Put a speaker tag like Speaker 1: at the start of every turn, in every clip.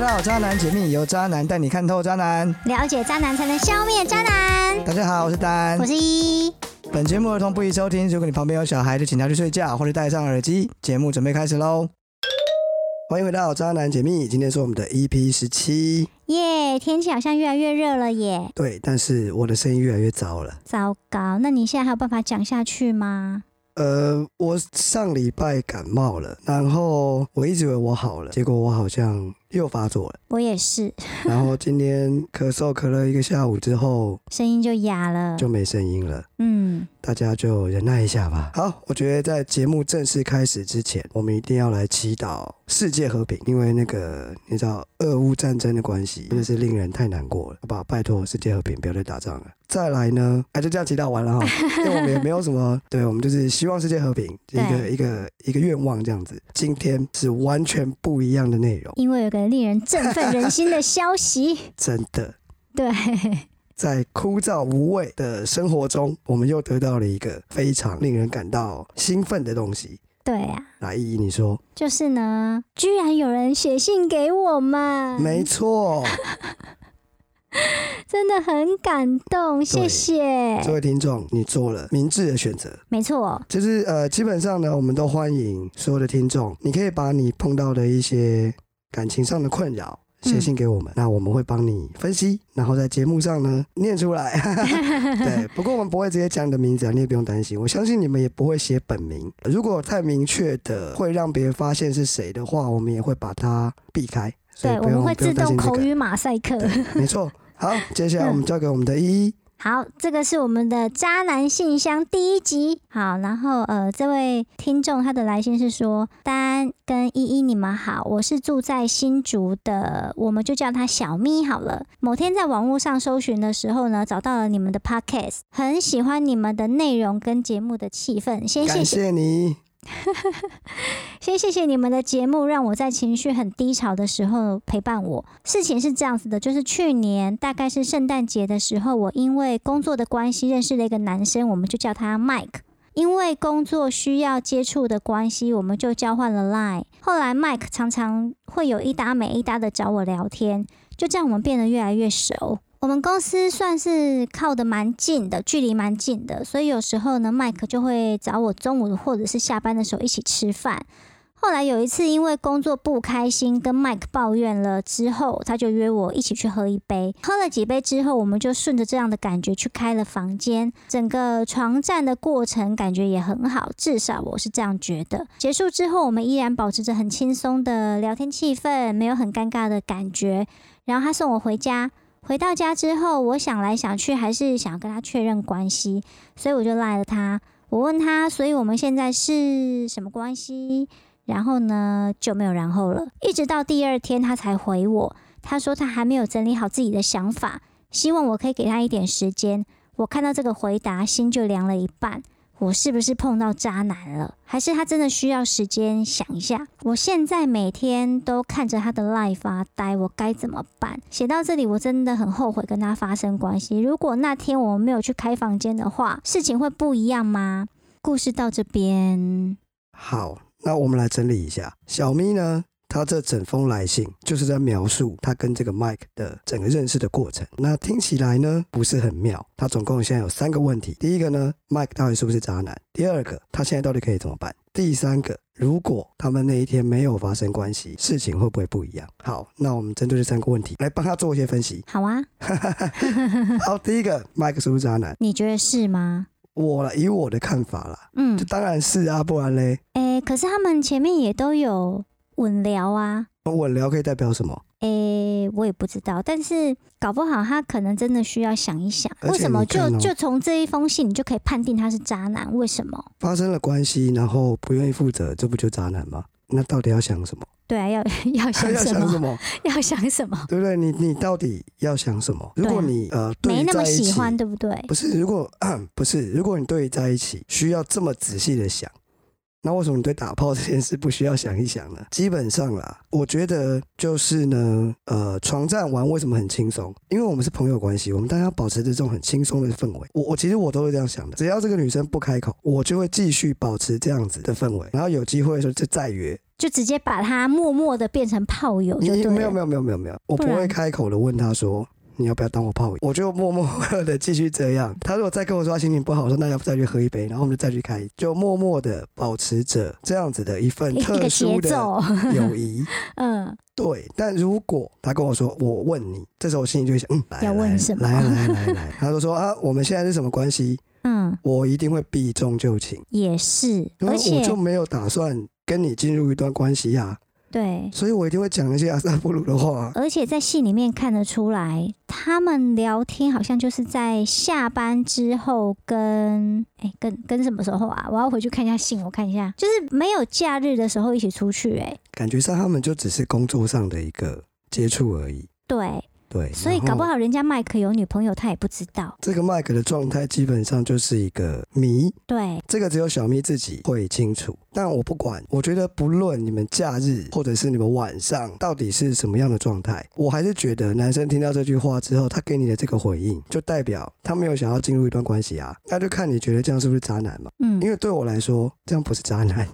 Speaker 1: 到《渣男解密》，由渣男带你看透渣男。
Speaker 2: 了解渣男才能消灭渣男。
Speaker 1: 大家好，我是丹
Speaker 2: 我。是一，
Speaker 1: 本节目儿童不宜收听，如果你旁边有小孩，就请他去睡觉或者戴上耳机。节目准备开始喽！欢迎回到《渣男解密》，今天是我们的 EP 十七。
Speaker 2: 耶、天气好像越来越热了耶，
Speaker 1: 对，但是我的声音越来越糟了。
Speaker 2: 糟糕！那你现在还有办法讲下去吗？
Speaker 1: 呃，我上礼拜感冒了，然后我一直以为我好了，结果我好像又发作了。
Speaker 2: 我也是，
Speaker 1: 然后今天咳嗽咳了一个下午之后
Speaker 2: 声音就哑了。
Speaker 1: 就没声音了。
Speaker 2: 嗯，
Speaker 1: 大家就忍耐一下吧。好，我觉得在节目正式开始之前，我们一定要来祈祷世界和平，因为那个你知道俄乌战争的关系，真的是令人太难过了，好不好？拜托世界和平，不要再打仗了。再来呢，哎，就这样祈祷完 了哈，因为我们也没有什么，对我们就是希望世界和平，一个
Speaker 2: 对
Speaker 1: 一个一个愿望这样子。今天是完全不一样的内容，
Speaker 2: 因为有个令人振奋人心的消息，
Speaker 1: 真的。
Speaker 2: 对，
Speaker 1: 在枯燥无味的生活中，我们又得到了一个非常令人感到兴奋的东西。
Speaker 2: 对啊，
Speaker 1: 来，依依，你说，
Speaker 2: 就是呢，居然有人写信给我们，
Speaker 1: 没错，
Speaker 2: 真的很感动，谢谢。
Speaker 1: 这位听众，你做了明智的选择。
Speaker 2: 没错，
Speaker 1: 就是呃，基本上呢，我们都欢迎所有的听众，你可以把你碰到的一些感情上的困扰。写信给我
Speaker 2: 嗯
Speaker 1: 们，那我们会帮你分析，然后在节目上呢念出来。 对，不过我们不会直接讲你的名字啊，你也不用担心。我相信你们也不会写本名，如果太明确的会让别人发现是谁的话，我们也会把它避开。所以
Speaker 2: 对，
Speaker 1: 不
Speaker 2: 我们
Speaker 1: 用
Speaker 2: 会
Speaker 1: 不用
Speaker 2: 自
Speaker 1: 担
Speaker 2: 动
Speaker 1: 心这
Speaker 2: 口
Speaker 1: 个。
Speaker 2: 语马赛克。
Speaker 1: 没错。好，接下来我们交给我们的依依。
Speaker 2: 好，这个是我们的渣男信箱第一集。好，然后呃，这位听众他的来信是说，丹跟依依你们好，我是住在新竹的，我们就叫他小咪好了。某天在网络上搜寻的时候呢，找到了你们的 podcast，很喜欢你们的内容跟节目的气氛，先谢
Speaker 1: 感
Speaker 2: 谢
Speaker 1: 谢你，
Speaker 2: 先谢谢你们的节目，让我在情绪很低潮的时候陪伴我。事情是这样子的，就是去年大概是圣诞节的时候，我因为工作的关系认识了一个男生，我们就叫他 Mike。因为工作需要接触的关系，我们就交换了 Line。后来 Mike 常常会有一搭没一搭的找我聊天，就这样我们变得越来越熟。我们公司算是靠得蛮近的，距离蛮近的，所以有时候呢，Mike 就会找我中午或者是下班的时候一起吃饭。后来有一次，因为工作不开心，跟 Mike 抱怨了之后，他就约我一起去喝一杯。喝了几杯之后，我们就顺着这样的感觉去开了房间。整个床战的过程感觉也很好，至少我是这样觉得。结束之后，我们依然保持着很轻松的聊天气氛，没有很尴尬的感觉。然后他送我回家。回到家之后，我想来想去，还是想跟他确认关系，所以我就赖了他。我问他，所以我们现在是什么关系？然后呢就没有然后了，一直到第二天他才回我，他说他还没有整理好自己的想法，希望我可以给他一点时间。我看到这个回答，心就凉了一半。我是不是碰到渣男了？还是他真的需要时间想一下？我现在每天都看着他的 life 发呆，我该怎么办？写到这里，我真的很后悔跟他发生关系。如果那天我们没有去开房间的话，事情会不一样吗？故事到这边，。
Speaker 1: 好，那我们来整理一下，小咪呢，她这整封来信就是在描述她跟这个 Mike 的整个认识的过程。那听起来呢不是很妙。她总共现在有三个问题：第一个呢，Mike 到底是不是渣男？第二个，他现在到底可以怎么办？第三个，如果他们那一天没有发生关系，事情会不会不一样？好，那我们针对这三个问题来帮他做一些分析
Speaker 2: 好啊。
Speaker 1: 好，第一个，Mike 是不是渣男？
Speaker 2: 你觉得是吗？
Speaker 1: 我啦，以我的看法啦，
Speaker 2: 嗯
Speaker 1: 就，当然是啊，不然嘞，
Speaker 2: 诶、可是他们前面也都有稳聊啊，
Speaker 1: 稳聊可以代表什么？
Speaker 2: 诶、我也不知道，但是搞不好他可能真的需要想一想，
Speaker 1: 而且
Speaker 2: 为什么
Speaker 1: 你
Speaker 2: 就、
Speaker 1: 看哦
Speaker 2: 就从这一封信你就可以判定他是渣男？为什么？
Speaker 1: 发生了关系，然后不愿意负责，这不就渣男吗？那到底要想什么？
Speaker 2: 对啊，要 要 想
Speaker 1: 要
Speaker 2: 什
Speaker 1: 想什
Speaker 2: 么？
Speaker 1: 么？
Speaker 2: 要想什么？
Speaker 1: 对不对？你你到底要想什么？如果你、呃 对于
Speaker 2: 没那么
Speaker 1: 在一起
Speaker 2: 喜欢，对不对？
Speaker 1: 不是？如果 不是，如果你对于在一起需要这么仔细的想，那为什么你对打炮这件事不需要想一想呢？基本上啦，我觉得就是呢，呃，床战完为什么很轻松？因为我们是朋友关系，我们大家要保持着这种很轻松的氛围。我我其实我都会这样想的，只要这个女生不开口，我就会继续保持这样子的氛围，然后有机会的时候就再约。
Speaker 2: 就直接把他默默的变成炮友，就
Speaker 1: 你
Speaker 2: 对了。
Speaker 1: 没有没有没有没有没有，我
Speaker 2: 不
Speaker 1: 不
Speaker 2: 然
Speaker 1: 会开口的问他说你要不要当我炮友，我就默默的继续这 样。他如果再跟我说他心情不好，我说那要不再去喝一杯，然后我们就再去开，就默默的保持着这样子的一份
Speaker 2: 一一
Speaker 1: 特
Speaker 2: 个
Speaker 1: 殊
Speaker 2: 节
Speaker 1: 的
Speaker 2: 奏，
Speaker 1: 友谊。
Speaker 2: 嗯，
Speaker 1: 对，但如果他跟我说我问你，这时候我心里就会想，嗯，来
Speaker 2: 要问
Speaker 1: 来
Speaker 2: 什么
Speaker 1: 来来来来， 他就说啊，我们现在是什么关系？
Speaker 2: 嗯，
Speaker 1: 我一定会避重就轻，
Speaker 2: 也是，
Speaker 1: 因为
Speaker 2: 而且
Speaker 1: 我就没有打算跟你进入一段关系啊，
Speaker 2: 对，
Speaker 1: 所以我一定会讲一些阿萨布鲁的话啊、
Speaker 2: 而且在戏里面看得出来，他们聊天好像就是在下班之后跟哎、跟跟什么时候啊？我要回去看一下信，我看一下，就是没有假日的时候一起出去、哎，
Speaker 1: 感觉上他们就只是工作上的一个接触而已。
Speaker 2: 对，
Speaker 1: 对，
Speaker 2: 所以
Speaker 1: 然后
Speaker 2: 搞不好人家麦克有女朋友，他也不知道，
Speaker 1: 这个麦克的状态基本上就是一个谜，
Speaker 2: 对，
Speaker 1: 这个只有小咪自己会清楚。但我不管，我觉得不论你们假日或者是你们晚上到底是什么样的状态，我还是觉得男生听到这句话之后，他给你的这个回应，就代表他没有想要进入一段关系啊。那就看你觉得这样是不是渣男嘛？
Speaker 2: 嗯
Speaker 1: 因，为对我来说，这样不是渣男。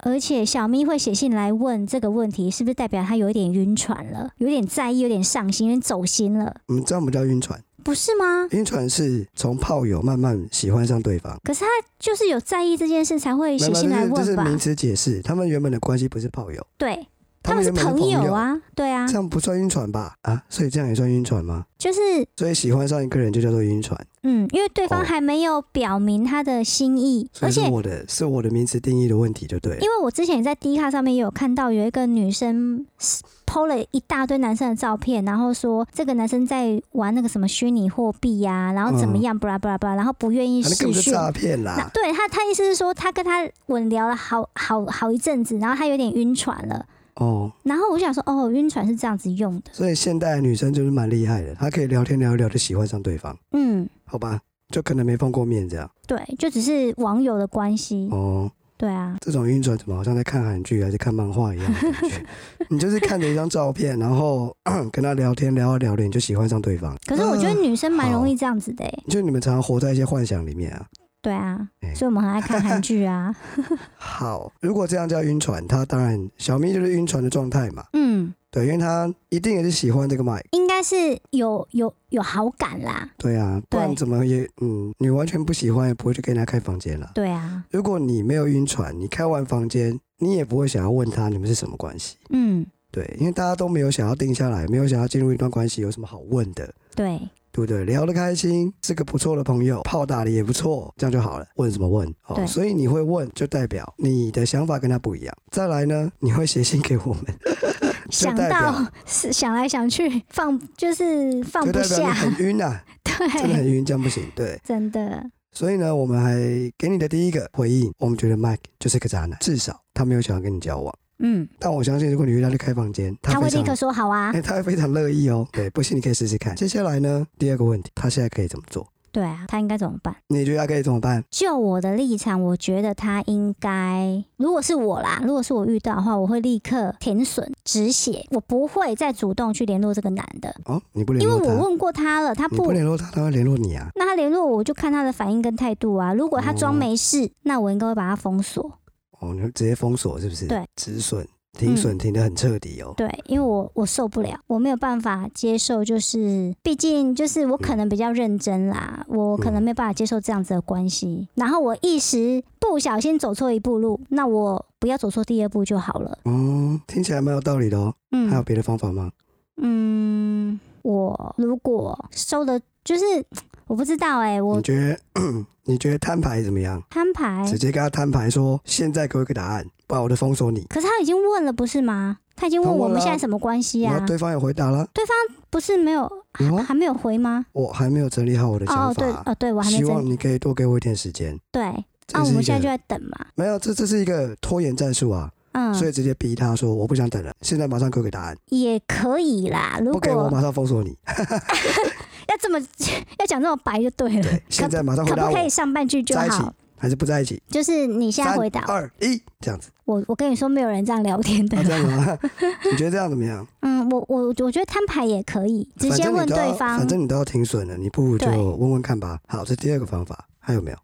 Speaker 2: 而且小咪会写信来问这个问题，是不是代表他有一点晕船了，有点在意，有点上心，有点走心了，
Speaker 1: 嗯，这样不叫晕船，
Speaker 2: 不是吗？
Speaker 1: 晕船是从炮友慢慢喜欢上对方。
Speaker 2: 可是他就是有在意这件事才会
Speaker 1: 没
Speaker 2: 写
Speaker 1: 有
Speaker 2: 信
Speaker 1: 这
Speaker 2: 来
Speaker 1: 是
Speaker 2: 问
Speaker 1: 这
Speaker 2: 吧
Speaker 1: 是？名词解释，他们原本的关系不是炮友，
Speaker 2: 对，他们是
Speaker 1: 原本朋
Speaker 2: 友，啊，对啊
Speaker 1: 这，样不算晕船吧？啊，所以这样也算晕船吗？
Speaker 2: 就是
Speaker 1: 所以喜欢上一个人就叫做晕船，
Speaker 2: 嗯，因为对方
Speaker 1: 哦
Speaker 2: 还没有表明他的心意，
Speaker 1: 所
Speaker 2: 而
Speaker 1: 以是
Speaker 2: 且
Speaker 1: 我的是我的名词定义的问题，就对了
Speaker 2: 因。为我之前也在 D 卡上面也有看到有一个女生 PO 了一大堆男生的照片，然后说这个男生在玩那个什么虚拟货币呀，然后怎么样，巴拉巴拉巴拉，然后不愿意
Speaker 1: 嗯啊那根
Speaker 2: 试
Speaker 1: 本就
Speaker 2: 训。
Speaker 1: 诈骗啊
Speaker 2: 那
Speaker 1: 啦！
Speaker 2: 对他，他意思是说，他跟他稳聊了好好好一阵子，然后他有点晕船了。
Speaker 1: 哦，
Speaker 2: 然后我想说，哦，晕船是这样子用的，
Speaker 1: 所以现代的女生就是蛮厉害的，她可以聊天聊一聊就喜欢上对方，
Speaker 2: 嗯，
Speaker 1: 好吧？就可能没碰过面这样。
Speaker 2: 对，就只是网友的关系，
Speaker 1: 哦，
Speaker 2: 对啊，
Speaker 1: 这种晕船怎么好像在看韩剧还是看漫画一样的感觉？ 你就是看着一张照片，然后 跟她聊天聊啊聊的，你就喜欢上对方。
Speaker 2: 可是我觉得
Speaker 1: 啊
Speaker 2: 女生蛮容易这样子的、欸，
Speaker 1: 就你们常常活在一些幻想里面啊。
Speaker 2: 对啊，
Speaker 1: 哎
Speaker 2: 所以我们很爱看韩剧啊，
Speaker 1: 好，如果这样叫晕船，他当然小咪就是晕船的状态嘛。
Speaker 2: 嗯，
Speaker 1: 对，因为他一定也是喜欢这个 Mike。
Speaker 2: 应该是有有有好感啦，
Speaker 1: 对啊，不然
Speaker 2: 对
Speaker 1: 怎么也嗯，你完全不喜欢也不会去跟人家开房间了。
Speaker 2: 对啊，
Speaker 1: 如果你没有晕船，你开完房间，你也不会想要问他你们是什么关系。
Speaker 2: 嗯，
Speaker 1: 对，因为大家都没有想要定下来，没有想要进入一段关系，有什么好问的？
Speaker 2: 对，
Speaker 1: 对不对？聊得开心，是个不错的朋友，炮打的也不错，这样就好了。问什么问？哦，
Speaker 2: 对
Speaker 1: 所以你会问，就代表你的想法跟他不一样。再来呢，你会写信给我们，
Speaker 2: 想
Speaker 1: 代表
Speaker 2: 到是想来想去放就是放
Speaker 1: 就
Speaker 2: 不
Speaker 1: 代表你
Speaker 2: 下，
Speaker 1: 很晕啊， 真的很
Speaker 2: 对，
Speaker 1: 晕，这样不行。对，
Speaker 2: 真的，
Speaker 1: 所以呢，我们还给你的第一个回应，我们觉得 Mike 就是个渣男，至少他没有想要跟你交往。
Speaker 2: 嗯，
Speaker 1: 但我相信，如果你约他去开房间，
Speaker 2: 他
Speaker 1: 非
Speaker 2: 会立
Speaker 1: 常
Speaker 2: 刻说好啊
Speaker 1: 哎、，他会非常乐意哦。对，不信你可以试试看。接下来呢，第二个问题，他现在可以怎么做？
Speaker 2: 对啊，他应该怎么办？
Speaker 1: 你觉得他可以怎么办？
Speaker 2: 就我的立场，我觉得他应该，如果是我啦，如果是我遇到的话，我会立刻停损止血，我不会再主动去联络这个男的，
Speaker 1: 哦，你不联
Speaker 2: 因为
Speaker 1: 络
Speaker 2: 我
Speaker 1: 他，
Speaker 2: 问过他了，他
Speaker 1: 你
Speaker 2: 不。
Speaker 1: 不联络他，他会联络你啊。
Speaker 2: 那他联络我，我就看他的反应跟态度啊。如果他装
Speaker 1: 哦
Speaker 2: 没事，那我应该会把他封锁。
Speaker 1: 哦，你会直接封锁是不是？
Speaker 2: 对，嗯
Speaker 1: 止损停损停得很彻底哦。
Speaker 2: 对，因为我我受不了，我没有办法接受，就是毕竟就是我可能比较认真啦，我可能没有办法接受这样子的关系。然后我一时不小心走错一步路，那我不要走错第二步就好了。
Speaker 1: 哦，听起来蛮有道理的哦。
Speaker 2: 嗯，
Speaker 1: 还有别的方法吗？
Speaker 2: 嗯，我如果收的，就是我不知道哎、我
Speaker 1: 你觉得你觉得摊牌怎么样？
Speaker 2: 摊牌，
Speaker 1: 直接跟他摊牌说，现在给我一个答案，不然我就封锁你。
Speaker 2: 可是他已经问了不是吗？他已经
Speaker 1: 他
Speaker 2: 问
Speaker 1: 问
Speaker 2: 我们
Speaker 1: 了啊
Speaker 2: 现在什么关系
Speaker 1: 然
Speaker 2: 啊
Speaker 1: 后？对方也回答了，
Speaker 2: 不是没有
Speaker 1: 有啊
Speaker 2: 还没有回吗？
Speaker 1: 我还没有整理好我的
Speaker 2: 哦
Speaker 1: 想
Speaker 2: 哦对
Speaker 1: 法，
Speaker 2: 哦对，我还没
Speaker 1: 希望
Speaker 2: 整
Speaker 1: 你可以多给我一点时间。
Speaker 2: 对，
Speaker 1: 这
Speaker 2: 啊我
Speaker 1: 是
Speaker 2: 们
Speaker 1: 一
Speaker 2: 现在就
Speaker 1: 个
Speaker 2: 在等嘛，
Speaker 1: 没有，这这是一个拖延战术啊，
Speaker 2: 嗯，
Speaker 1: 所以直接逼他说我不想等了，现在马上给我个答案，
Speaker 2: 也可以啦。如
Speaker 1: 不给我
Speaker 2: 果
Speaker 1: 马上封锁你。
Speaker 2: 要这么 要讲这么白就对了，
Speaker 1: 对，现在马上回
Speaker 2: 可
Speaker 1: 答
Speaker 2: 不
Speaker 1: 我
Speaker 2: 可以，上半句就
Speaker 1: 在一起
Speaker 2: 好？
Speaker 1: 还是不在一起？
Speaker 2: 就是你现在
Speaker 1: 三
Speaker 2: 回答
Speaker 1: 二一，这样子，
Speaker 2: 我，我跟你说，没有人这样聊天的
Speaker 1: 啊那、这样
Speaker 2: 啦。
Speaker 1: 子吗？ 你觉得这样怎么样？
Speaker 2: 嗯，我我我觉得摊牌也可以，直
Speaker 1: 反
Speaker 2: 接
Speaker 1: 正你
Speaker 2: 问
Speaker 1: 都
Speaker 2: 对
Speaker 1: 要
Speaker 2: 方
Speaker 1: 反。正你都要停损了，你不如就
Speaker 2: 对
Speaker 1: 问问看吧。好，这第二个方法还有没有？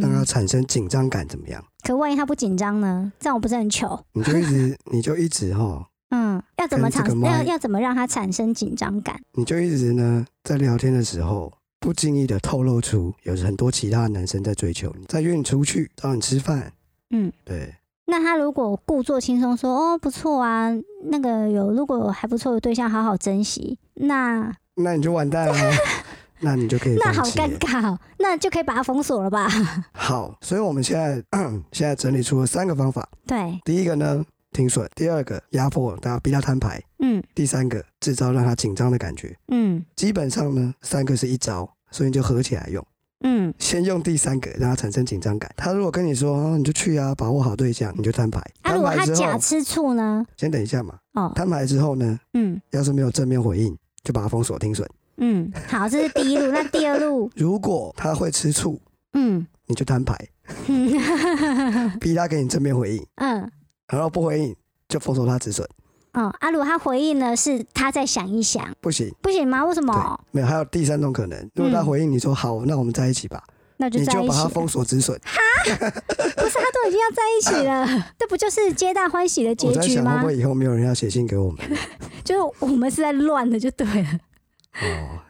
Speaker 1: 让他
Speaker 2: 嗯，
Speaker 1: 产生紧张感怎么样？
Speaker 2: 可万一他不紧张呢？这样我不是很糗？
Speaker 1: 你就一 直，你就一直哈，
Speaker 2: 嗯，要怎么
Speaker 1: 跟这
Speaker 2: 产
Speaker 1: 个
Speaker 2: 要
Speaker 1: 麦
Speaker 2: 要怎么让他产生紧张感？
Speaker 1: 你就一直呢，在聊天的时候不经意的透露出有很多其他男生在追求你，在约你出去，找你吃饭，
Speaker 2: 嗯，
Speaker 1: 对，
Speaker 2: 那他如果故作轻松说哦不错啊，那个有如果有还不错的对象，好好珍惜，那
Speaker 1: 那你就完蛋了、 那你就可以
Speaker 2: 那好
Speaker 1: 放弃了。
Speaker 2: 尴尬哦，那就可以把它封锁了吧？
Speaker 1: 好，所以我们现在 现在整理出了三个方法。
Speaker 2: 对，
Speaker 1: 第一个呢，停损；第二个，压迫，大家逼他摊牌；
Speaker 2: 嗯
Speaker 1: 第三个，制造让他紧张的感觉。
Speaker 2: 嗯
Speaker 1: 基本上呢，三个是一招，所以你就合起来用。
Speaker 2: 嗯，
Speaker 1: 先用第三个，让他产生紧张感。他如果跟你说，哦、你就去啊，把握好对象，你就摊牌。
Speaker 2: 啊，
Speaker 1: 摊
Speaker 2: 如果
Speaker 1: 牌
Speaker 2: 他
Speaker 1: 之
Speaker 2: 假
Speaker 1: 后，
Speaker 2: 吃醋呢？
Speaker 1: 先等一下嘛。
Speaker 2: 哦，
Speaker 1: 摊牌之后呢，
Speaker 2: 嗯
Speaker 1: 要是没有正面回应，就把他封锁停损。
Speaker 2: 嗯，好，这是第一路，那第二 路，
Speaker 1: 如果他会吃醋，
Speaker 2: 嗯
Speaker 1: 你就摊牌，
Speaker 2: 嗯
Speaker 1: 逼他给你正面回应，
Speaker 2: 嗯
Speaker 1: 然后不回应就封锁他止损，
Speaker 2: 哦，啊，如果他回应了是他再想一想，
Speaker 1: 不行。
Speaker 2: 不行吗？为什
Speaker 1: 对
Speaker 2: 么？，
Speaker 1: 没有，还有第三种可能，如果他
Speaker 2: 嗯
Speaker 1: 回应你说好，那我们在一起吧，
Speaker 2: 那就
Speaker 1: 你
Speaker 2: 在一
Speaker 1: 就
Speaker 2: 起
Speaker 1: 把他
Speaker 2: 了，
Speaker 1: 封锁止损。
Speaker 2: 不是他都已经要在一起了， 这不就是皆大欢喜的结
Speaker 1: 我在
Speaker 2: 局
Speaker 1: 想，会
Speaker 2: 吗
Speaker 1: 不？会以后没有人要写信给我们？
Speaker 2: 就是我们是在乱的，就对了。
Speaker 1: 哦，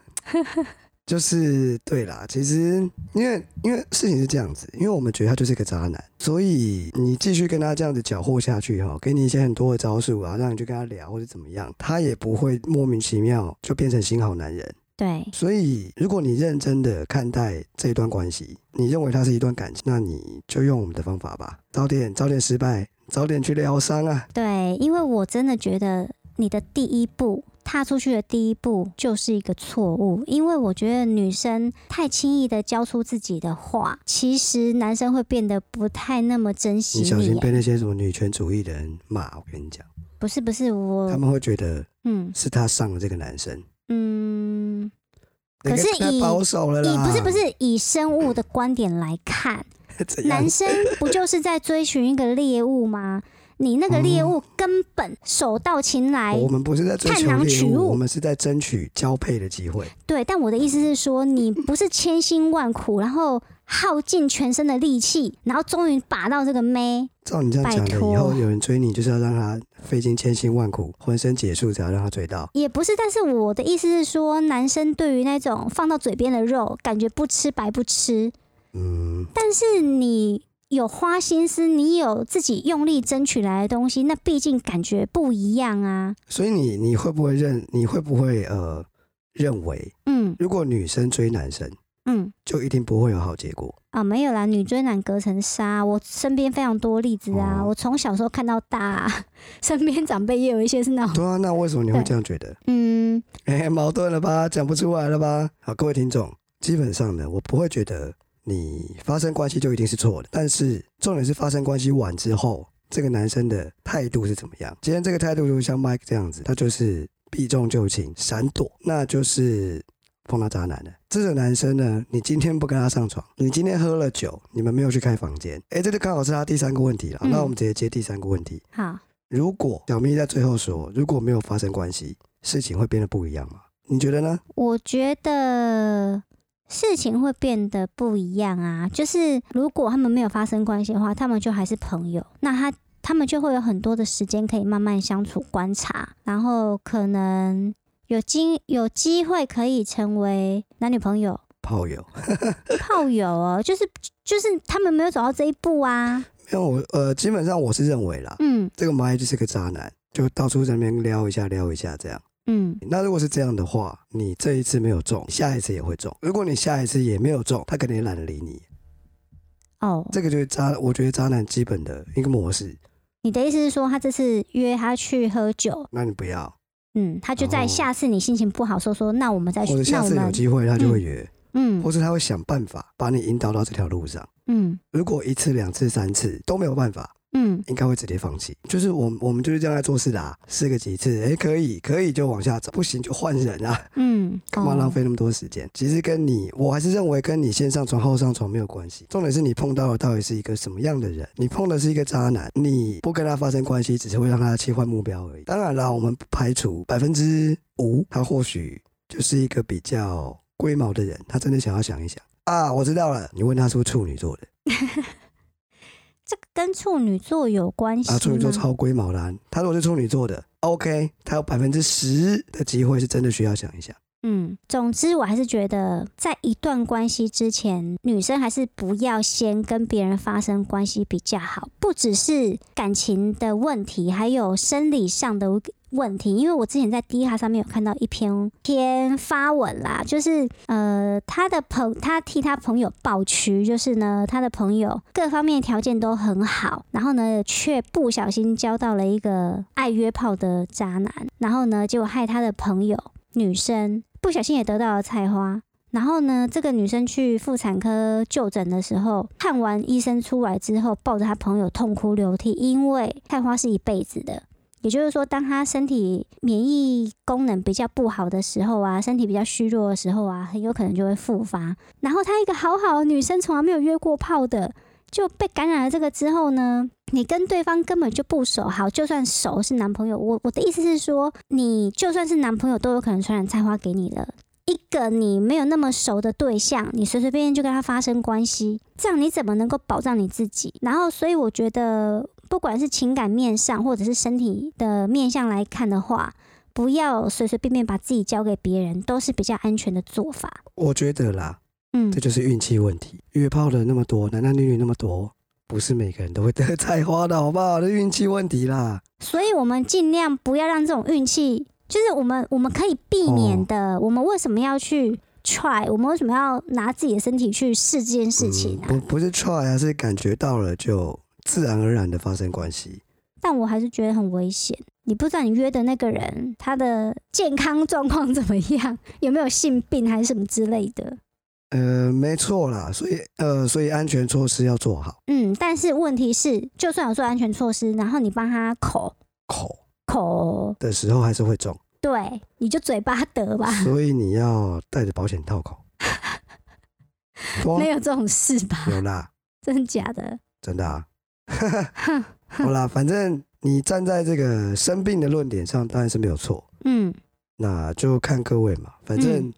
Speaker 1: 就是对啦，其实因为因为事情是这样子，因为我们觉得他就是个渣男，所以你继续跟他这样子搅和下去哈、给你一些很多的招数啊，让你去跟他聊或者怎么样，他也不会莫名其妙就变成新好男人。
Speaker 2: 对，
Speaker 1: 所以如果你认真的看待这一段关系，你认为它是一段感情，那你就用我们的方法吧，早点早点失败，早点去疗伤啊。
Speaker 2: 对，因为我真的觉得你的第一步。踏出去的第一步就是一个错误，因为我觉得女生太轻易的交出自己的话，其实男生会变得不太那么珍惜
Speaker 1: 你小心
Speaker 2: 你。
Speaker 1: 被那些什么女权主义的人骂，我跟你讲，
Speaker 2: 不是不是
Speaker 1: 他
Speaker 2: 我，
Speaker 1: 们会觉得
Speaker 2: 嗯
Speaker 1: 是他上了这个男生。
Speaker 2: 嗯，可
Speaker 1: 你
Speaker 2: 是
Speaker 1: 太
Speaker 2: 以
Speaker 1: 保守了
Speaker 2: 以
Speaker 1: 啦，
Speaker 2: 不是不是以生物的观点来看，
Speaker 1: 是 怎样
Speaker 2: 男？生不就是在追寻一个猎物吗？你那个猎物根本手到擒来，
Speaker 1: 嗯我们不是在追
Speaker 2: 探
Speaker 1: 求
Speaker 2: 囊
Speaker 1: 猎
Speaker 2: 取物
Speaker 1: 物，我们是在争取交配的机会。
Speaker 2: 对。但我的意思是说，你不是千辛万苦，然后耗尽全身的力气，然后终于把到这个妹，
Speaker 1: 照你这样讲的，
Speaker 2: 拜托
Speaker 1: 以后有人追你，就是要让他费尽千辛万苦，浑身解数，才要让他追到。
Speaker 2: 也不是。但是我的意思是说，男生对于那种放到嘴边的肉，感觉不吃白不吃，
Speaker 1: 嗯，
Speaker 2: 但是你。有花心思，你有自己用力争取来的东西，那毕竟感觉不一样啊。
Speaker 1: 所以你你会不会认？你会不会呃认为，
Speaker 2: 嗯
Speaker 1: 如果女生追男生，
Speaker 2: 嗯，
Speaker 1: 就一定不会有好结果？
Speaker 2: 啊，没有啦，女追男隔层纱，我身边非常多例子啊，
Speaker 1: 哦
Speaker 2: 我从小时候看到大、啊， 身边长辈也有一些是那种，
Speaker 1: 对啊，那为什么你会
Speaker 2: 对
Speaker 1: 这样觉得？
Speaker 2: 嗯
Speaker 1: 哎、矛盾了吧？讲不出来了吧？好，各位听众，基本上呢，我不会觉得你发生关系就一定是错的，但是重点是发生关系完之后，这个男生的态度是怎么样？今天这个态度如果像 Mike 这样子，他就是避重就轻、闪躲，那就是。碰到渣男了，这个男生呢，你今天不跟他上床，你今天喝了酒，你们没有去开房间，哎，这就刚好是他第三个问题了。
Speaker 2: 嗯
Speaker 1: 那我们直接接第三个问题，
Speaker 2: 好，
Speaker 1: 如果小咪在最后说，如果没有发生关系，事情会变得不一样吗？你觉得呢？
Speaker 2: 我觉得事情会变得不一样啊，就是如果他们没有发生关系的话，他们就还是朋友，那他他们就会有很多的时间可以慢慢相处、观察，然后可能有机有机会可以成为男女朋友、
Speaker 1: 炮友，
Speaker 2: 炮友哦，就是就是他们没有走到这一步啊，
Speaker 1: 因为我呃，基本上我是认为啦，
Speaker 2: 嗯。
Speaker 1: 这个蚂蚁就是个渣男，就到处在那边撩一下撩一下这样。
Speaker 2: 嗯
Speaker 1: 那如果是这样的话，你这一次没有中，下一次也会中。如果你下一次也没有中，他肯定也懒得理你。
Speaker 2: 哦，
Speaker 1: 这个就是渣，我觉得渣男基本的一个模式。
Speaker 2: 你的意思是说，他这次约他去喝酒，
Speaker 1: 那你不要，
Speaker 2: 嗯，他就在
Speaker 1: 哦
Speaker 2: 下次你心情不好说说，那我们再去
Speaker 1: 或者，
Speaker 2: 那
Speaker 1: 下
Speaker 2: 我
Speaker 1: 次有
Speaker 2: 哎们，
Speaker 1: 机会他就会约，
Speaker 2: 嗯
Speaker 1: 或是他会想办法把你引导到这条路上。
Speaker 2: 嗯
Speaker 1: 如果一次、两次、三次都没有办法，
Speaker 2: 嗯
Speaker 1: 应该会直接放弃。就是我们我们就是这样在做事的、啊，试个几次，哎，可以可以就往下走，不行就换人啊，
Speaker 2: 嗯，
Speaker 1: 干嘛浪
Speaker 2: 哦？
Speaker 1: 费那么多时间？其实跟你，我还是认为跟你先上床后上床没有关系。重点是你碰到的到底是一个什么样的人？你碰的是一个渣男，你不跟他发生关系，只是会让他切换目标而已。当然啦，我们不排除百分之五，他或许就是一个比较龟毛的人，他真的想要想一想啊，我知道了。你问他是不是处女座的
Speaker 2: 这个跟处女座有关系吗？
Speaker 1: 啊？处女座超龟毛的啊、他如果是处女座的，OK，他有百分之十的机会是真的需要想一想。
Speaker 2: 嗯，总之我还是觉得，在一段关系之前，女生还是不要先跟别人发生关系比较好。不只是感情的问题，还有生理上的问题。因为我之前在 D 哈上面有看到一篇篇发文啦，就是呃，他的朋他替他朋友抱屈，就是呢，他的朋友各方面条件都很好，然后呢，却不小心交到了一个爱约炮的渣男，然后呢，结果害他的朋友女生不小心也得到了菜花。然后呢，这个女生去妇产科就诊的时候，看完医生出来之后，抱着她朋友痛哭流涕，因为菜花是一辈子的。也就是说，当她身体免疫功能比较不好的时候啊，身体比较虚弱的时候啊，很有可能就会复发。然后她一个好好的女生，从来没有约过炮的，就被感染了这个之后呢，你跟对方根本就不熟，好，就算熟是男朋友，我我的意思是说，你就算是男朋友，都有可能传染菜花给你了。一个你没有那么熟的对象，你随随便便就跟他发生关系，这样你怎么能够保障你自己？然后，所以我觉得，不管是情感面上，或者是身体的面向来看的话，不要随随便便把自己交给别人，都是比较安全的做法。
Speaker 1: 我觉得啦，
Speaker 2: 嗯
Speaker 1: 这，就是运气问题。约炮的那么多，男男女女那么多，不是每个人都会得 菜花的，好不好？这运气问题啦。
Speaker 2: 所以我们尽量不要让这种运气，就是我们我们可以避
Speaker 1: 哦
Speaker 2: 免的。我们为什么要去 try？我们为什么要拿自己的身体去试这件事情啊？
Speaker 1: 嗯、不不是 try 啊，是感觉到了就自然而然的发生关系。
Speaker 2: 但我还是觉得很危险。你不知道你约的那个人他的健康状况怎么样， 有没有性病还是什么之类的。
Speaker 1: 呃，没错啦，所以呃，所以安全措施要做好。
Speaker 2: 嗯，但是问题是，就算有做安全措施，然后你帮他口
Speaker 1: 口
Speaker 2: 口，
Speaker 1: 的时候还是会中，
Speaker 2: 对，你就嘴巴得吧，
Speaker 1: 所以你要带着保险套 口。哇
Speaker 2: 没有这种事吧？
Speaker 1: 有啦，
Speaker 2: 真的假的？
Speaker 1: 真的啊。好啦，反正你站在这个生病的论点上，当然是没有错。
Speaker 2: 嗯
Speaker 1: 那就看各位嘛，反正、
Speaker 2: 嗯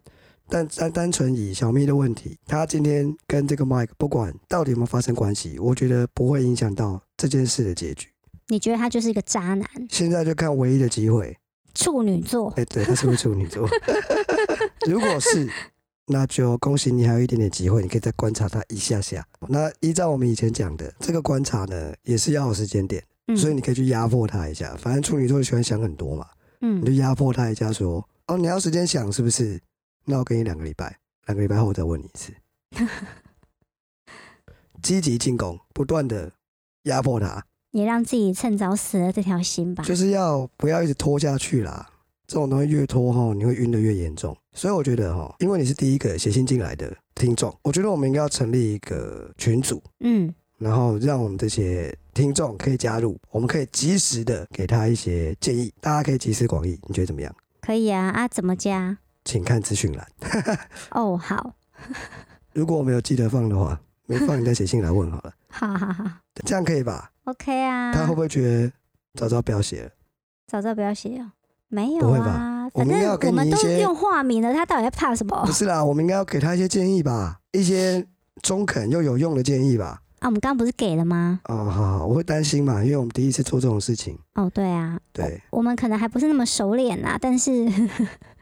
Speaker 1: 但单单纯以小咪的问题，他今天跟这个 Mike 不管到底有没有发生关系，我觉得不会影响到这件事的结局。
Speaker 2: 你觉得他就是一个渣男，
Speaker 1: 现在就看唯一的机会，
Speaker 2: 处女座？
Speaker 1: 哎、对，他是不是处女座？ 如果是，那就恭喜你还有一点点机会，你可以再观察他一下下。那依照我们以前讲的，这个观察呢，也是要有时间点，
Speaker 2: 嗯
Speaker 1: 所以你可以去压迫他一下。反正处女座喜欢想很多嘛，你
Speaker 2: 嗯
Speaker 1: 就压迫他一下说：“哦，你还有时间想是不是？那我给你两个礼拜，两个礼拜后我再问你 一次。”积极进攻，不断的压迫他，
Speaker 2: 也让自己趁早死了这条心吧。
Speaker 1: 就是要不要一直拖下去啦。这种东西越拖哈，你会晕的越严重。所以我觉得哈，因为你是第一个写信进来的听众，我觉得我们应该要成立一个群组，
Speaker 2: 嗯，
Speaker 1: 然后让我们这些听众可以加入，我们可以及时的给他一些建议，大家可以集思广益，你觉得怎么样？
Speaker 2: 可以啊啊，怎么加？
Speaker 1: 请看资讯栏。
Speaker 2: 哦，好，
Speaker 1: 如果我没有记得放的话，没放你再写信来问好了，
Speaker 2: 好好好
Speaker 1: 这样可以吧？
Speaker 2: ，OK 啊。
Speaker 1: 他会不会觉得早知道不要写了？
Speaker 2: 早知道不要写哦，没
Speaker 1: 不
Speaker 2: 有
Speaker 1: 会
Speaker 2: 啊，
Speaker 1: 我
Speaker 2: 反
Speaker 1: 们
Speaker 2: 正
Speaker 1: 要给
Speaker 2: 我们
Speaker 1: 你一
Speaker 2: 都
Speaker 1: 些
Speaker 2: 用化名了，他到底在怕什么？啊
Speaker 1: 不是啦，我们应该要给他一些建议吧，一些中肯又有用的建议吧。
Speaker 2: 啊，我们刚刚不是给了吗？
Speaker 1: 哦，好好，我会担心嘛，因为我们第一次做这种事情，
Speaker 2: 哦，对啊，
Speaker 1: 对，
Speaker 2: 我们可能还不是那么熟练啦，但是，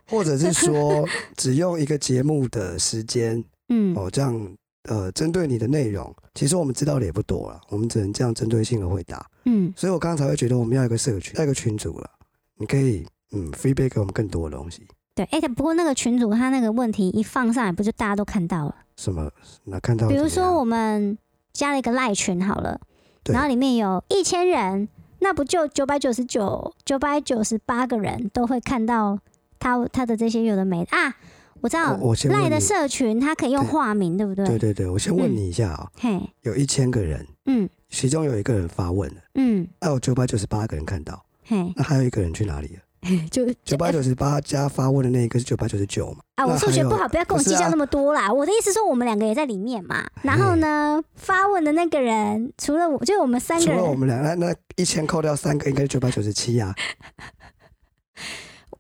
Speaker 1: 或者 是说只用一个节目的时间
Speaker 2: 嗯，
Speaker 1: 哦，这样呃，针对你的内容，其实我们知道的也不多了，我们只能这样针对性的回答。
Speaker 2: 嗯，
Speaker 1: 所以我刚刚才会觉得我们要有一个社群，要有一个群组了，你可以嗯 feedback 给我们更多的东西。
Speaker 2: 对，哎、不过那个群主他那个问题一放上来，不就大家都看到了？
Speaker 1: 什么？那看到
Speaker 2: 比如
Speaker 1: 哦怎么
Speaker 2: 说
Speaker 1: 样
Speaker 2: 我们加了一个赖群好了，
Speaker 1: 对
Speaker 2: 然后里面有一千人，那不就九百九十九、九百九十八个人都会看到他他的这些有的没的啊？我知道
Speaker 1: 我我先问
Speaker 2: 赖的
Speaker 1: 你
Speaker 2: 社群，他可以用
Speaker 1: 对
Speaker 2: 化名，对不对？嗯
Speaker 1: 对对对，我先问你一下啊、
Speaker 2: 嘿，
Speaker 1: 有一千个人，
Speaker 2: 嗯，
Speaker 1: 其中有一个人发问了，
Speaker 2: 嗯，
Speaker 1: 还有九百九十八个人看到，
Speaker 2: 嘿，
Speaker 1: 那还有一个人去哪里了？
Speaker 2: 就呃
Speaker 1: 九百九十八加发问的那一个是九百九十九嘛？
Speaker 2: 啊，我
Speaker 1: 那
Speaker 2: 数学
Speaker 1: 还有
Speaker 2: 不好，不要跟我
Speaker 1: 不是
Speaker 2: 计较
Speaker 1: 啊嗯
Speaker 2: 那么多啦。我的意思说，我们两个也在里面嘛。然后呢，发问的那个人，除了我，就我们三
Speaker 1: 除
Speaker 2: 个
Speaker 1: 了我
Speaker 2: 人，
Speaker 1: 们俩，那那一千扣掉三个，应该是九百九十七啊呀。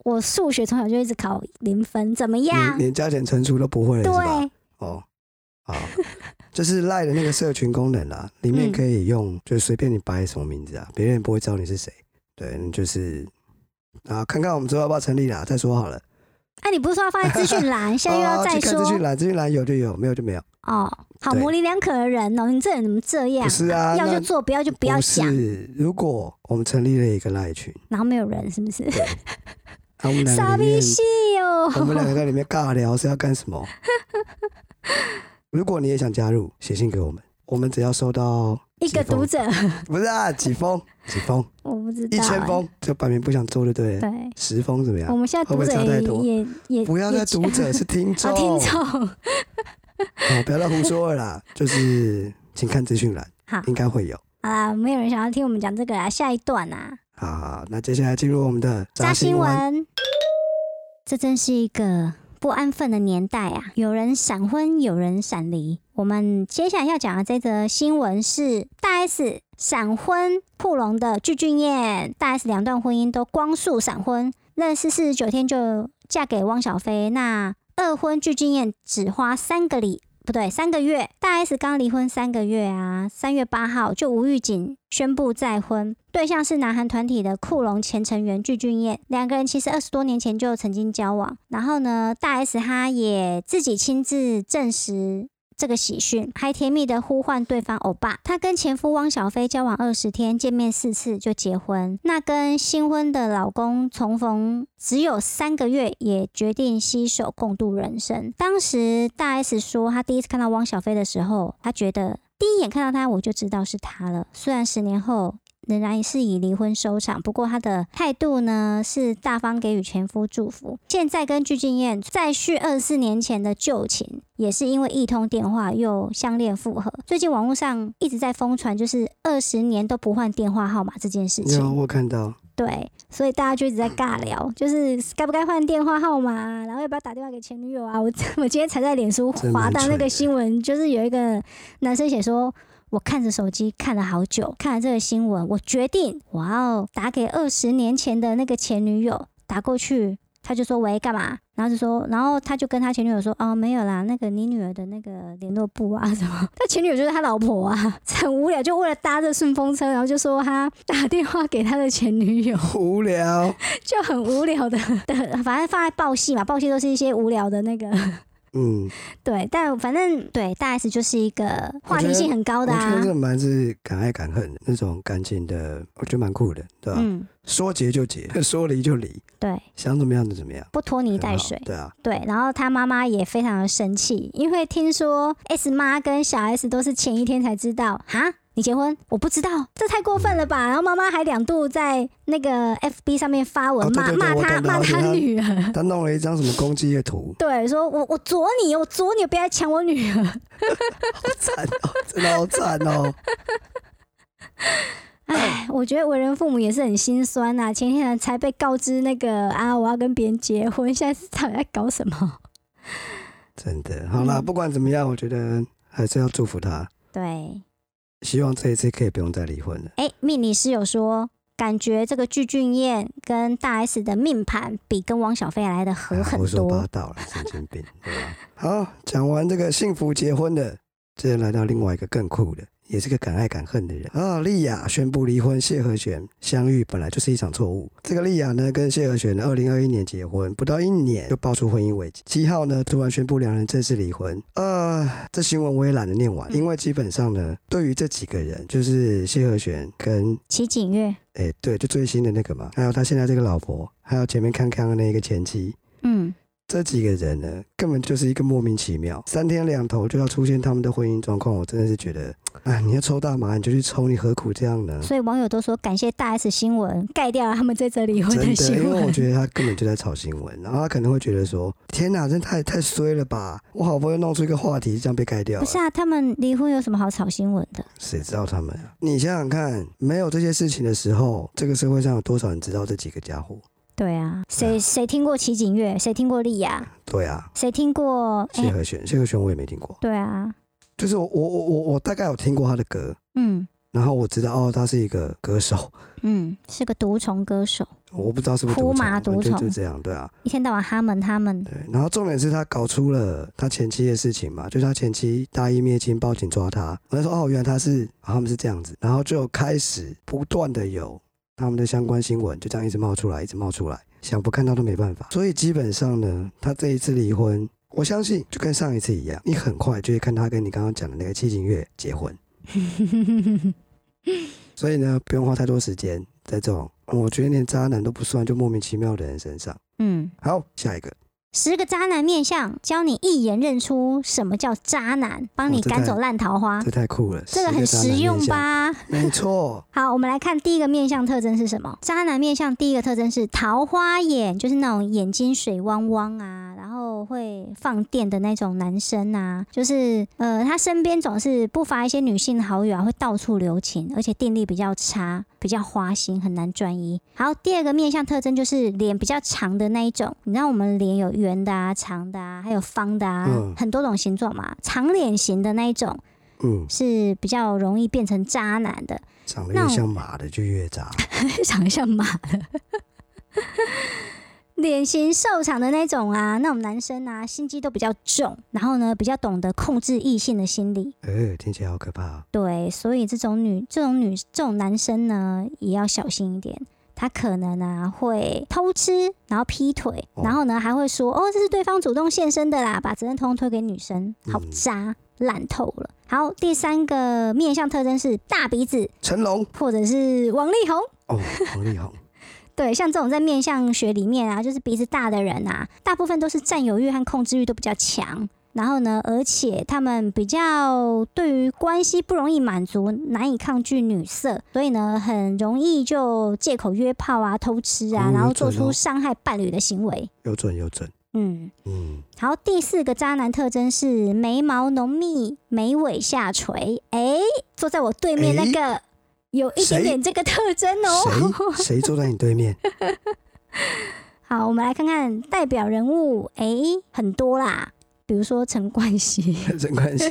Speaker 2: 我数学从小就一直考零分，怎么样
Speaker 1: 你？连加减乘除都不会了，是吧？
Speaker 2: 对，
Speaker 1: 哦，好， 就是赖的那个社群功能啦，里面
Speaker 2: 嗯
Speaker 1: 可以用，就随便你摆什么名字啊，别人也不会知道你是谁。对，你就是啊，看看我们之后要不要成立啦，再说好了。
Speaker 2: 哎、你不是说要放在资讯 栏，现在又
Speaker 1: 好
Speaker 2: 要
Speaker 1: 好
Speaker 2: 再
Speaker 1: 哦去看资
Speaker 2: 说
Speaker 1: 讯栏，资讯栏有就有，没有就没有。
Speaker 2: 哦？好
Speaker 1: 对
Speaker 2: 模棱两可的人哦，你这人怎么这样？
Speaker 1: 不是啊，
Speaker 2: 要
Speaker 1: 那
Speaker 2: 就做，不要就不要讲，
Speaker 1: 是，如果我们成立了一个赖群，
Speaker 2: 然后没有人是不是？
Speaker 1: 啊，我们两
Speaker 2: 傻
Speaker 1: 个里
Speaker 2: 逼
Speaker 1: 面，
Speaker 2: 戏哦！
Speaker 1: 我们两个在里面尬聊是要干什 么？如果你也想加入，写信给我们，我们只要收到
Speaker 2: 一个读者，
Speaker 1: 不是啊，几封，几封，
Speaker 2: 我不知道、
Speaker 1: 一千
Speaker 2: 哎
Speaker 1: 封，就摆明不想做就对了。
Speaker 2: 对，
Speaker 1: 十封怎么
Speaker 2: 我
Speaker 1: 样？
Speaker 2: 们现在
Speaker 1: 会
Speaker 2: 读
Speaker 1: 不会
Speaker 2: 者
Speaker 1: 差太
Speaker 2: 也
Speaker 1: 多
Speaker 2: 也也
Speaker 1: 不要
Speaker 2: 也
Speaker 1: 再读者是听
Speaker 2: 啊，
Speaker 1: 众，
Speaker 2: 听众，
Speaker 1: 哦不要再胡说了 啦。就是请看资讯栏，
Speaker 2: 好
Speaker 1: 应该会有。
Speaker 2: 好啦，没有人想要听我们讲这个啦，下一段啊，
Speaker 1: 好好，那接下来进入我们的
Speaker 2: 扎新
Speaker 1: 闻。
Speaker 2: 闻。这真是一个不安分的年代啊！有人闪婚，有人闪离。我们接下来要讲的这则新闻是大 S 闪婚曝龙的具俊晔，大 S 两段婚姻都光速闪婚，认识四十九天就嫁给汪小菲。那二婚具俊晔只花三个礼不对，三个月，大 S 刚离婚三个月啊，三月八号就无预警宣布再婚，对象是南韩团体的库龙前成员具俊晔，两个人其实二十多年前就曾经交往，然后呢，大 S 她也自己亲自证实。这个喜讯还甜蜜的呼唤对方欧巴，她跟前夫汪小菲交往二十天，见面四次就结婚。那跟新婚的老公重逢只有三个月，也决定携手共度人生。当时大 S 说，她第一次看到汪小菲的时候，她觉得第一眼看到他我就知道是他了。虽然十年后仍然是以离婚收场，不过他的态度呢是大方给予前夫祝福。现在跟具俊晔再续二十四年前的旧情，也是因为一通电话又相恋复合。最近网络上一直在疯传，就是二十年都不换电话号码这件事
Speaker 1: 有
Speaker 2: 情。
Speaker 1: 我看到，
Speaker 2: 对，所以大家就一直在尬
Speaker 1: 嗯
Speaker 2: 聊，就是该不该换电话号码啊、然后要不要打电话给前女友啊？我 我今天才在脸书
Speaker 1: 真蛮
Speaker 2: 滑到那
Speaker 1: 蠢
Speaker 2: 个
Speaker 1: 的
Speaker 2: 新闻，就是有一个男生写说。我看着手机看了好久，看了这个新闻，我决定我要打给二十年前的那个前女友，打过去，他就说喂干嘛？然后就说，然后他就跟他前女友说，哦没有啦，那个你女儿的那个联络簿啊什么，他前女友就是他老婆啊， 很无聊，就为了搭这顺风车，然后就说他打电话给他的前女友，
Speaker 1: 无聊。
Speaker 2: 就很无聊的 的，反正放在报系嘛，报系都是一些无聊的那个，
Speaker 1: 嗯，
Speaker 2: 对，但反正对大 S 就是一个话题性很高
Speaker 1: 我
Speaker 2: 的
Speaker 1: 觉得
Speaker 2: 啊
Speaker 1: 这，蛮是敢爱敢恨的那种感情的，我觉得蛮酷的，对吧？
Speaker 2: 嗯，
Speaker 1: 说结就结，说离就离，
Speaker 2: 对，
Speaker 1: 想怎么样就怎么样，
Speaker 2: 不拖泥
Speaker 1: 很
Speaker 2: 带
Speaker 1: 好
Speaker 2: 水，
Speaker 1: 对啊，
Speaker 2: 对，然后他妈妈也非常的生气，因为听说 S 妈跟小 S 都是前一天才知道，哈，你结婚？我不知道，这太过分了吧！然后妈妈还两度在那个 FB 上面发文
Speaker 1: 哦对
Speaker 2: 骂
Speaker 1: 对对啊
Speaker 2: 骂
Speaker 1: 我
Speaker 2: 他
Speaker 1: 看到
Speaker 2: 骂
Speaker 1: 而且
Speaker 2: 他
Speaker 1: 他
Speaker 2: 女儿，，
Speaker 1: 他弄了一张什么公鸡的图
Speaker 2: 对，说我我左你，我左你，不要来抢我女儿。
Speaker 1: 惨哦，真的好惨哦。
Speaker 2: 唉，我觉得为人父母也是很心酸呐、前天才被告知那个啊，我要跟别人结婚，现在是到底在搞什么？
Speaker 1: 真的，好啦，
Speaker 2: 嗯
Speaker 1: 不管怎么样，我觉得还是要祝福他，
Speaker 2: 对，
Speaker 1: 希望这一次可以不用再离婚了。
Speaker 2: 哎，命理师有说，感觉这个具俊晔跟大 S 的命盘比跟汪小菲来的合
Speaker 1: 啊
Speaker 2: 很
Speaker 1: 胡说
Speaker 2: 多。
Speaker 1: 八道了，神经 病，对吧？好，讲完这个幸福结婚的，接着来到另外一个更酷的，也是个敢爱敢恨的人啊。丽雅宣布离婚，谢和弦相遇本来就是一场错误。这个丽雅呢，跟谢和弦二零二一年结婚，不到一年就爆出婚姻危机。七号呢，突然宣布两人正式离婚。呃，这新闻我也懒得念完，
Speaker 2: 嗯
Speaker 1: 因为基本上呢，对于这几个人，就是谢和弦跟
Speaker 2: 齐景月，
Speaker 1: 哎、对，就最新的那个嘛，还有他现在这个老婆，还有前面康康的那个前妻，
Speaker 2: 嗯，
Speaker 1: 这几个人呢，根本就是一个莫名其妙，三天两头就要出现他们的婚姻状况，我真的是觉得，哎，你要抽大麻你就去抽，你何苦这样呢？
Speaker 2: 所以网友都说感谢大 S 新闻盖掉了他们这则离婚
Speaker 1: 真的，
Speaker 2: 新
Speaker 1: 因为我
Speaker 2: 闻。
Speaker 1: 觉 得他根本就在炒新闻，然后他可能会觉得说：“天哪，真太太衰了吧！我好不容易弄出一个话题，这样被盖掉
Speaker 2: 不
Speaker 1: 了。
Speaker 2: 是啊，他们离婚有什么好炒新闻的？”
Speaker 1: 谁知道他们啊？你想想看，没有这些事情的时候，这个社会上有多少人知道这几个家伙？
Speaker 2: 对啊，
Speaker 1: 哎
Speaker 2: 谁谁听过齐景月？谁听过丽雅？
Speaker 1: 对啊，
Speaker 2: 谁听过？哎、
Speaker 1: 谢和弦，谢和弦我也没听过，
Speaker 2: 对啊，
Speaker 1: 就是我我我我我大概有听过他的歌，
Speaker 2: 嗯
Speaker 1: 然后我知道哦，他是一个歌手，
Speaker 2: 嗯，是个毒虫歌手，
Speaker 1: 我不知道是不是
Speaker 2: 呼麻
Speaker 1: 毒
Speaker 2: 毒
Speaker 1: 就
Speaker 2: 虫
Speaker 1: 就这样，对啊，
Speaker 2: 一天到晚哈们他们。
Speaker 1: 对。然后重点是他搞出了他前妻的事情嘛，就是他前妻大义灭亲，报警抓他，我就说哦，原来他是、啊他们是这样子，然后就开始不断的有他们的相关新闻，就这样一直冒出来，一直冒出来，想不看到都没办法。所以基本上呢，他这一次离婚。我相信就跟上一次一样，你很快就会看他跟你刚刚讲的那个七情月结婚。所以呢，不用花太多时间在这种我觉得连渣男都不算，就莫名其妙的人身上。
Speaker 2: 嗯，
Speaker 1: 好，下一个，
Speaker 2: 十个渣男面相，教你一眼认出什么叫渣男，帮
Speaker 1: 哦
Speaker 2: 你
Speaker 1: 这
Speaker 2: 赶
Speaker 1: 太
Speaker 2: 走烂桃花。
Speaker 1: 这太酷了，
Speaker 2: 这
Speaker 1: 十
Speaker 2: 个很
Speaker 1: 渣男
Speaker 2: 实用
Speaker 1: 面相？
Speaker 2: 吧？
Speaker 1: 没 错，
Speaker 2: 好，我们来看第一个面相特征是什么？渣男面相第一个特征是桃花眼，就是那种眼睛水汪汪啊，然后会放电的那种男生啊，就是呃，他身边总是不乏一些女性好友啊，会到处留情，而且定力比较差，比较花心，很难专一。好，第二个面相特征就是脸比较长的那一种，你知道我们脸有圆的啊、长的啊，还有方的啊，
Speaker 1: 嗯
Speaker 2: 很多种形状嘛，长脸型的那一种
Speaker 1: 嗯，
Speaker 2: 是比较容易变成渣男的。
Speaker 1: 长得
Speaker 2: 那
Speaker 1: 越
Speaker 2: 我
Speaker 1: 像马的就越渣，
Speaker 2: 长像马了。 脸型瘦长的那种啊，那种男生啊，心机都比较重，然后呢，比较懂得控制异性的心理。
Speaker 1: 呃，听起来好可怕哦、
Speaker 2: 对，所以这种女、这种女、这种男生呢，也要小心一点。他可能啊会偷吃，然后劈腿，
Speaker 1: 哦
Speaker 2: 然后呢还会说哦，这是对方主动献身的啦，把责任通通推给女生，好
Speaker 1: 嗯
Speaker 2: 渣，烂透了。好，第三个面相特征是大鼻子
Speaker 1: 成龙
Speaker 2: 或者是王力宏。
Speaker 1: 哦，王力宏，
Speaker 2: 对，像这种在面相学里面啊，就是鼻子大的人啊，大部分都是占有欲和控制欲都比较强。然后呢，而且他们比较对于关系不容易满足，难以抗拒女色，所以呢，很容易就借口约炮啊、偷吃啊
Speaker 1: 哦，
Speaker 2: 然后
Speaker 1: 有
Speaker 2: 做
Speaker 1: 准哦
Speaker 2: 出伤害伴侣的行为。
Speaker 1: 有准有准，
Speaker 2: 嗯，
Speaker 1: 嗯，
Speaker 2: 好，第四个渣男特征是眉毛浓密，眉尾下垂。诶，坐在我对面那
Speaker 1: 诶
Speaker 2: 个有一
Speaker 1: 谁
Speaker 2: 点点这个特征哦。
Speaker 1: 谁谁坐在你对面？
Speaker 2: 好，我们来看看代表人物，诶，很多啦。比如说陈冠希，
Speaker 1: 人关系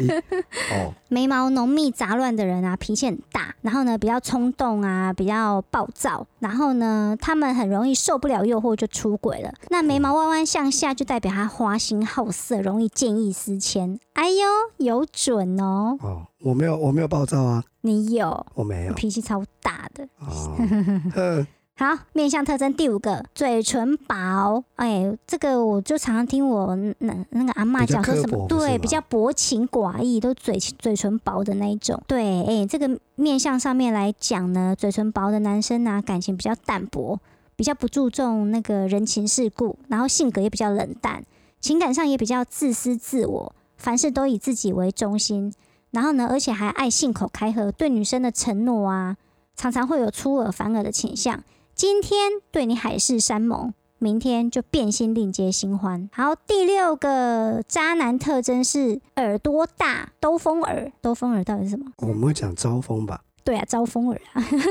Speaker 1: 哦，
Speaker 2: 眉毛浓密杂乱的人啊，脾气很大，然后呢比较冲动啊，比较暴躁，然后呢他们很容易受不了诱惑就出轨了。那眉毛弯弯向下就代表他花心好色，容易见异思迁。哎呦，有准哦，
Speaker 1: 哦，我没有我没有暴躁啊，
Speaker 2: 你有，
Speaker 1: 我没有
Speaker 2: 脾气超大的。
Speaker 1: 哦，呵
Speaker 2: 好，面相特征第五个，嘴唇薄。哎，这个我就常常听我那那个阿嬷
Speaker 1: 比较
Speaker 2: 讲说
Speaker 1: 刻
Speaker 2: 什么，
Speaker 1: 薄不是
Speaker 2: 对，
Speaker 1: 吗
Speaker 2: 比较薄情寡义，都嘴嘴唇薄的那一种。对，哎，这个面相上面来讲呢，嘴唇薄的男生呢、感情比较淡薄，比较不注重那个人情世故，然后性格也比较冷淡，情感上也比较自私自我，凡事都以自己为中心。然后呢，而且还爱信口开河，对女生的承诺啊，常常会有出尔反尔的倾向。今天对你海誓山盟，明天就变心另结新欢。好，第六个渣男特征是耳朵大，兜风耳。兜风耳到底是什么？
Speaker 1: 我们会讲招风吧，
Speaker 2: 对啊，招风耳啊。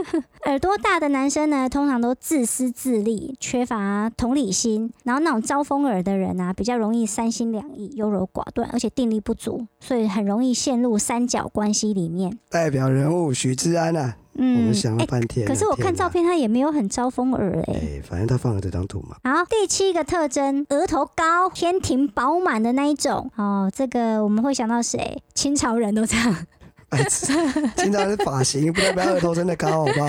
Speaker 2: 耳朵大的男生呢，通常都自私自利，缺乏同理心。然后那种招风耳的人啊，比较容易三心两意、优柔寡断，而且定力不足，所以很容易陷入三角关系里面。
Speaker 1: 代表人物许志安啊，我
Speaker 2: 嗯
Speaker 1: 们，想了
Speaker 2: 哎、
Speaker 1: 半天了，
Speaker 2: 可是我看
Speaker 1: 天哪
Speaker 2: 照。片，他也没有很招风耳哎、
Speaker 1: 哎，反正他放了这张图 嘛，
Speaker 2: 好，第七个特征，额头高、天庭饱满的那一种哦。这个我们会想到谁？清朝人都这样
Speaker 1: 哎，经常是发型，不代表额头真的高，好 不好？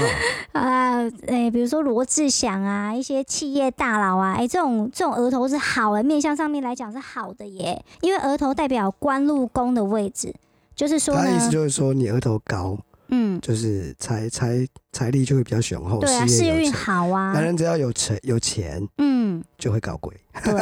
Speaker 2: 啊。诶、比如说罗志祥啊，一些企业大佬啊，诶、这种这种额头是好诶、面相上面来讲是好的耶，因为额头代表官禄宫的位置，就是说
Speaker 1: 他的意思
Speaker 2: 呢，
Speaker 1: 就是说，你额头高，
Speaker 2: 嗯，
Speaker 1: 就是财财财力就会比较雄厚，
Speaker 2: 对啊，事业
Speaker 1: 业有
Speaker 2: 运
Speaker 1: 成。
Speaker 2: 好啊
Speaker 1: 男，人只要有钱有钱
Speaker 2: 嗯，
Speaker 1: 就会搞鬼，
Speaker 2: 对，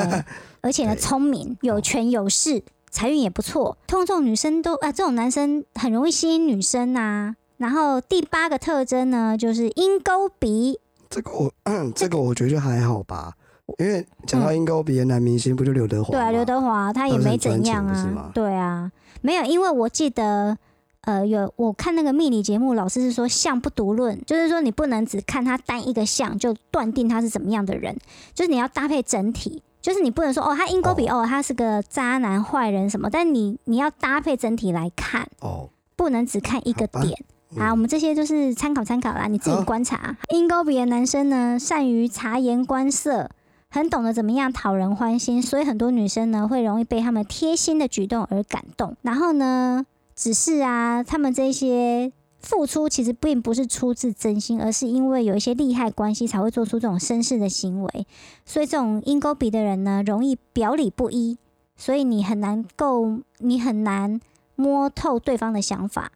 Speaker 2: 而且呢，
Speaker 1: 对哦
Speaker 2: 聪明、有权有势，财运也不错。通常这种女生都啊、这种男生很容易吸引女生呐、然后第八个特征呢，就是鹰钩鼻。
Speaker 1: 这个我 这个我觉得就还好吧，因为讲到鹰钩鼻的男明星不就刘德华
Speaker 2: 嗯对啊，
Speaker 1: 吗
Speaker 2: 刘德华他也
Speaker 1: 他不
Speaker 2: 没
Speaker 1: 是很
Speaker 2: 怎
Speaker 1: 专
Speaker 2: 样
Speaker 1: 情不是
Speaker 2: 啊
Speaker 1: 吗。
Speaker 2: 对啊，没有，因为我记得，呃，有我看那个命理节目，老师是说相不独论，就是说你不能只看他单一个相就断定他是怎么样的人，就是你要搭配整体。就是你不能说哦，他鹰钩比哦，他是个渣男、坏人什么，但你你要搭配整体来看，
Speaker 1: 哦，
Speaker 2: 不能只看一个
Speaker 1: 好吧
Speaker 2: 点。
Speaker 1: 嗯
Speaker 2: 好，我们这些就是参考参考啦，你自己
Speaker 1: 好
Speaker 2: 观察。鹰钩鼻的男生呢，善于察言观色，很懂得怎么样讨人欢心，所以很多女生呢会容易被他们贴心的举动而感动。然后呢，只是啊，他们这一些付出其实并不是出自真心，而是因为有一些利害关系才会做出这种绅士的行为。所以这种鹰钩鼻的人呢，容易表里不一，所以你很难够，你很难摸透对方的想法。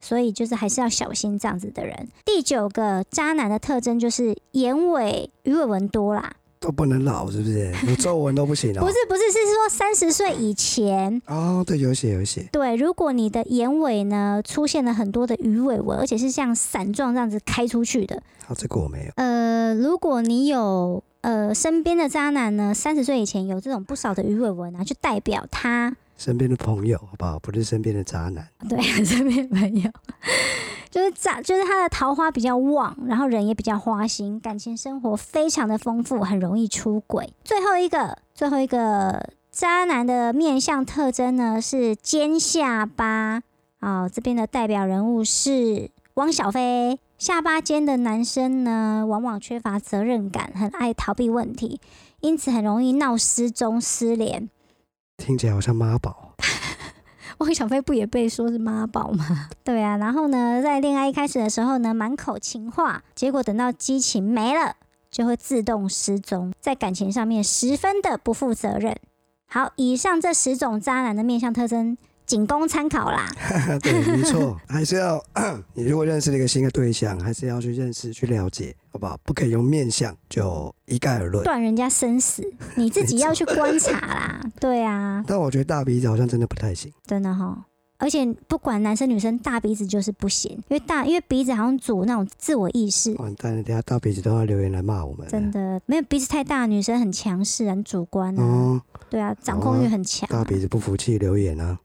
Speaker 2: 所以就是还是要小心这样子的人。第九个渣男的特征就是眼尾鱼尾纹多啦，
Speaker 1: 都不能老是不是？ 有皱纹都不行哦。
Speaker 2: 不是不是，是说三十岁以前，
Speaker 1: 哦，对，有写有写，
Speaker 2: 对，如果你的眼尾呢出现了很多的鱼尾纹，而且是像伞状这样子开出去的，
Speaker 1: 好，这个我没有。
Speaker 2: 呃，如果你有呃身边的渣男呢，三十岁以前有这种不少的鱼尾纹啊，就代表他
Speaker 1: 身边的朋友，好不好？不是身边的渣男。
Speaker 2: 对，身边朋友，就是渣，就是他的桃花比较旺，然后人也比较花心，感情生活非常的丰富，很容易出轨。最后一个，最后一个渣男的面相特征呢是尖下巴哦，这边的代表人物是汪小菲。下巴尖的男生呢，往往缺乏责任感，很爱逃避问题，因此很容易闹失踪、失联。
Speaker 1: 听起来好像妈宝，
Speaker 2: 汪小菲不也被说是妈宝吗？ 对啊，然后呢，在恋爱一开始的时候呢，满口情话，结果等到激情没了，就会自动失踪，在感情上面十分的不负责任。好，以上这十种渣男的面相特征，仅供参考啦。
Speaker 1: 啊 对，没 错，还是要 你如果认识了一个新的对象，还是要去认识、去了解，好不好？不可以用面相就一概而论。
Speaker 2: 断人家生死，你自己要去观察啦。对啊，
Speaker 1: 但我觉得大鼻子好像真的不太行，
Speaker 2: 真的哈。而且不管男生女生，大鼻子就是不行，因为大因为鼻子好像主那种自我意识，
Speaker 1: 完蛋了，等一下大鼻子都要留言来骂我们了。
Speaker 2: 真的没有鼻子太大的女生很强势、很主观啊。
Speaker 1: 哦，
Speaker 2: 对啊，掌控欲很强、
Speaker 1: 大鼻子不服气留言 啊！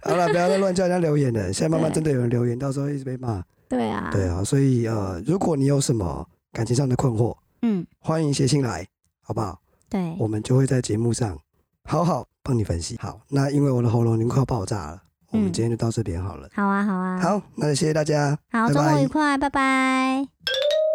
Speaker 1: 好了，不要再乱叫人家留言了。现在慢慢真的有人留言，到时候一直被骂。
Speaker 2: 对啊，
Speaker 1: 对啊，所以呃，如果你有什么感情上的困惑，
Speaker 2: 嗯，
Speaker 1: 欢迎写信来，好不好？
Speaker 2: 对，
Speaker 1: 我们就会在节目上好好帮你分析。好，那因为我的喉咙已经快要爆炸了，我们
Speaker 2: 嗯
Speaker 1: 今天就到这边好了。
Speaker 2: 好啊，好啊，
Speaker 1: 好，那谢谢大家。拜
Speaker 2: 好，周末
Speaker 1: 拜
Speaker 2: 愉快，拜拜。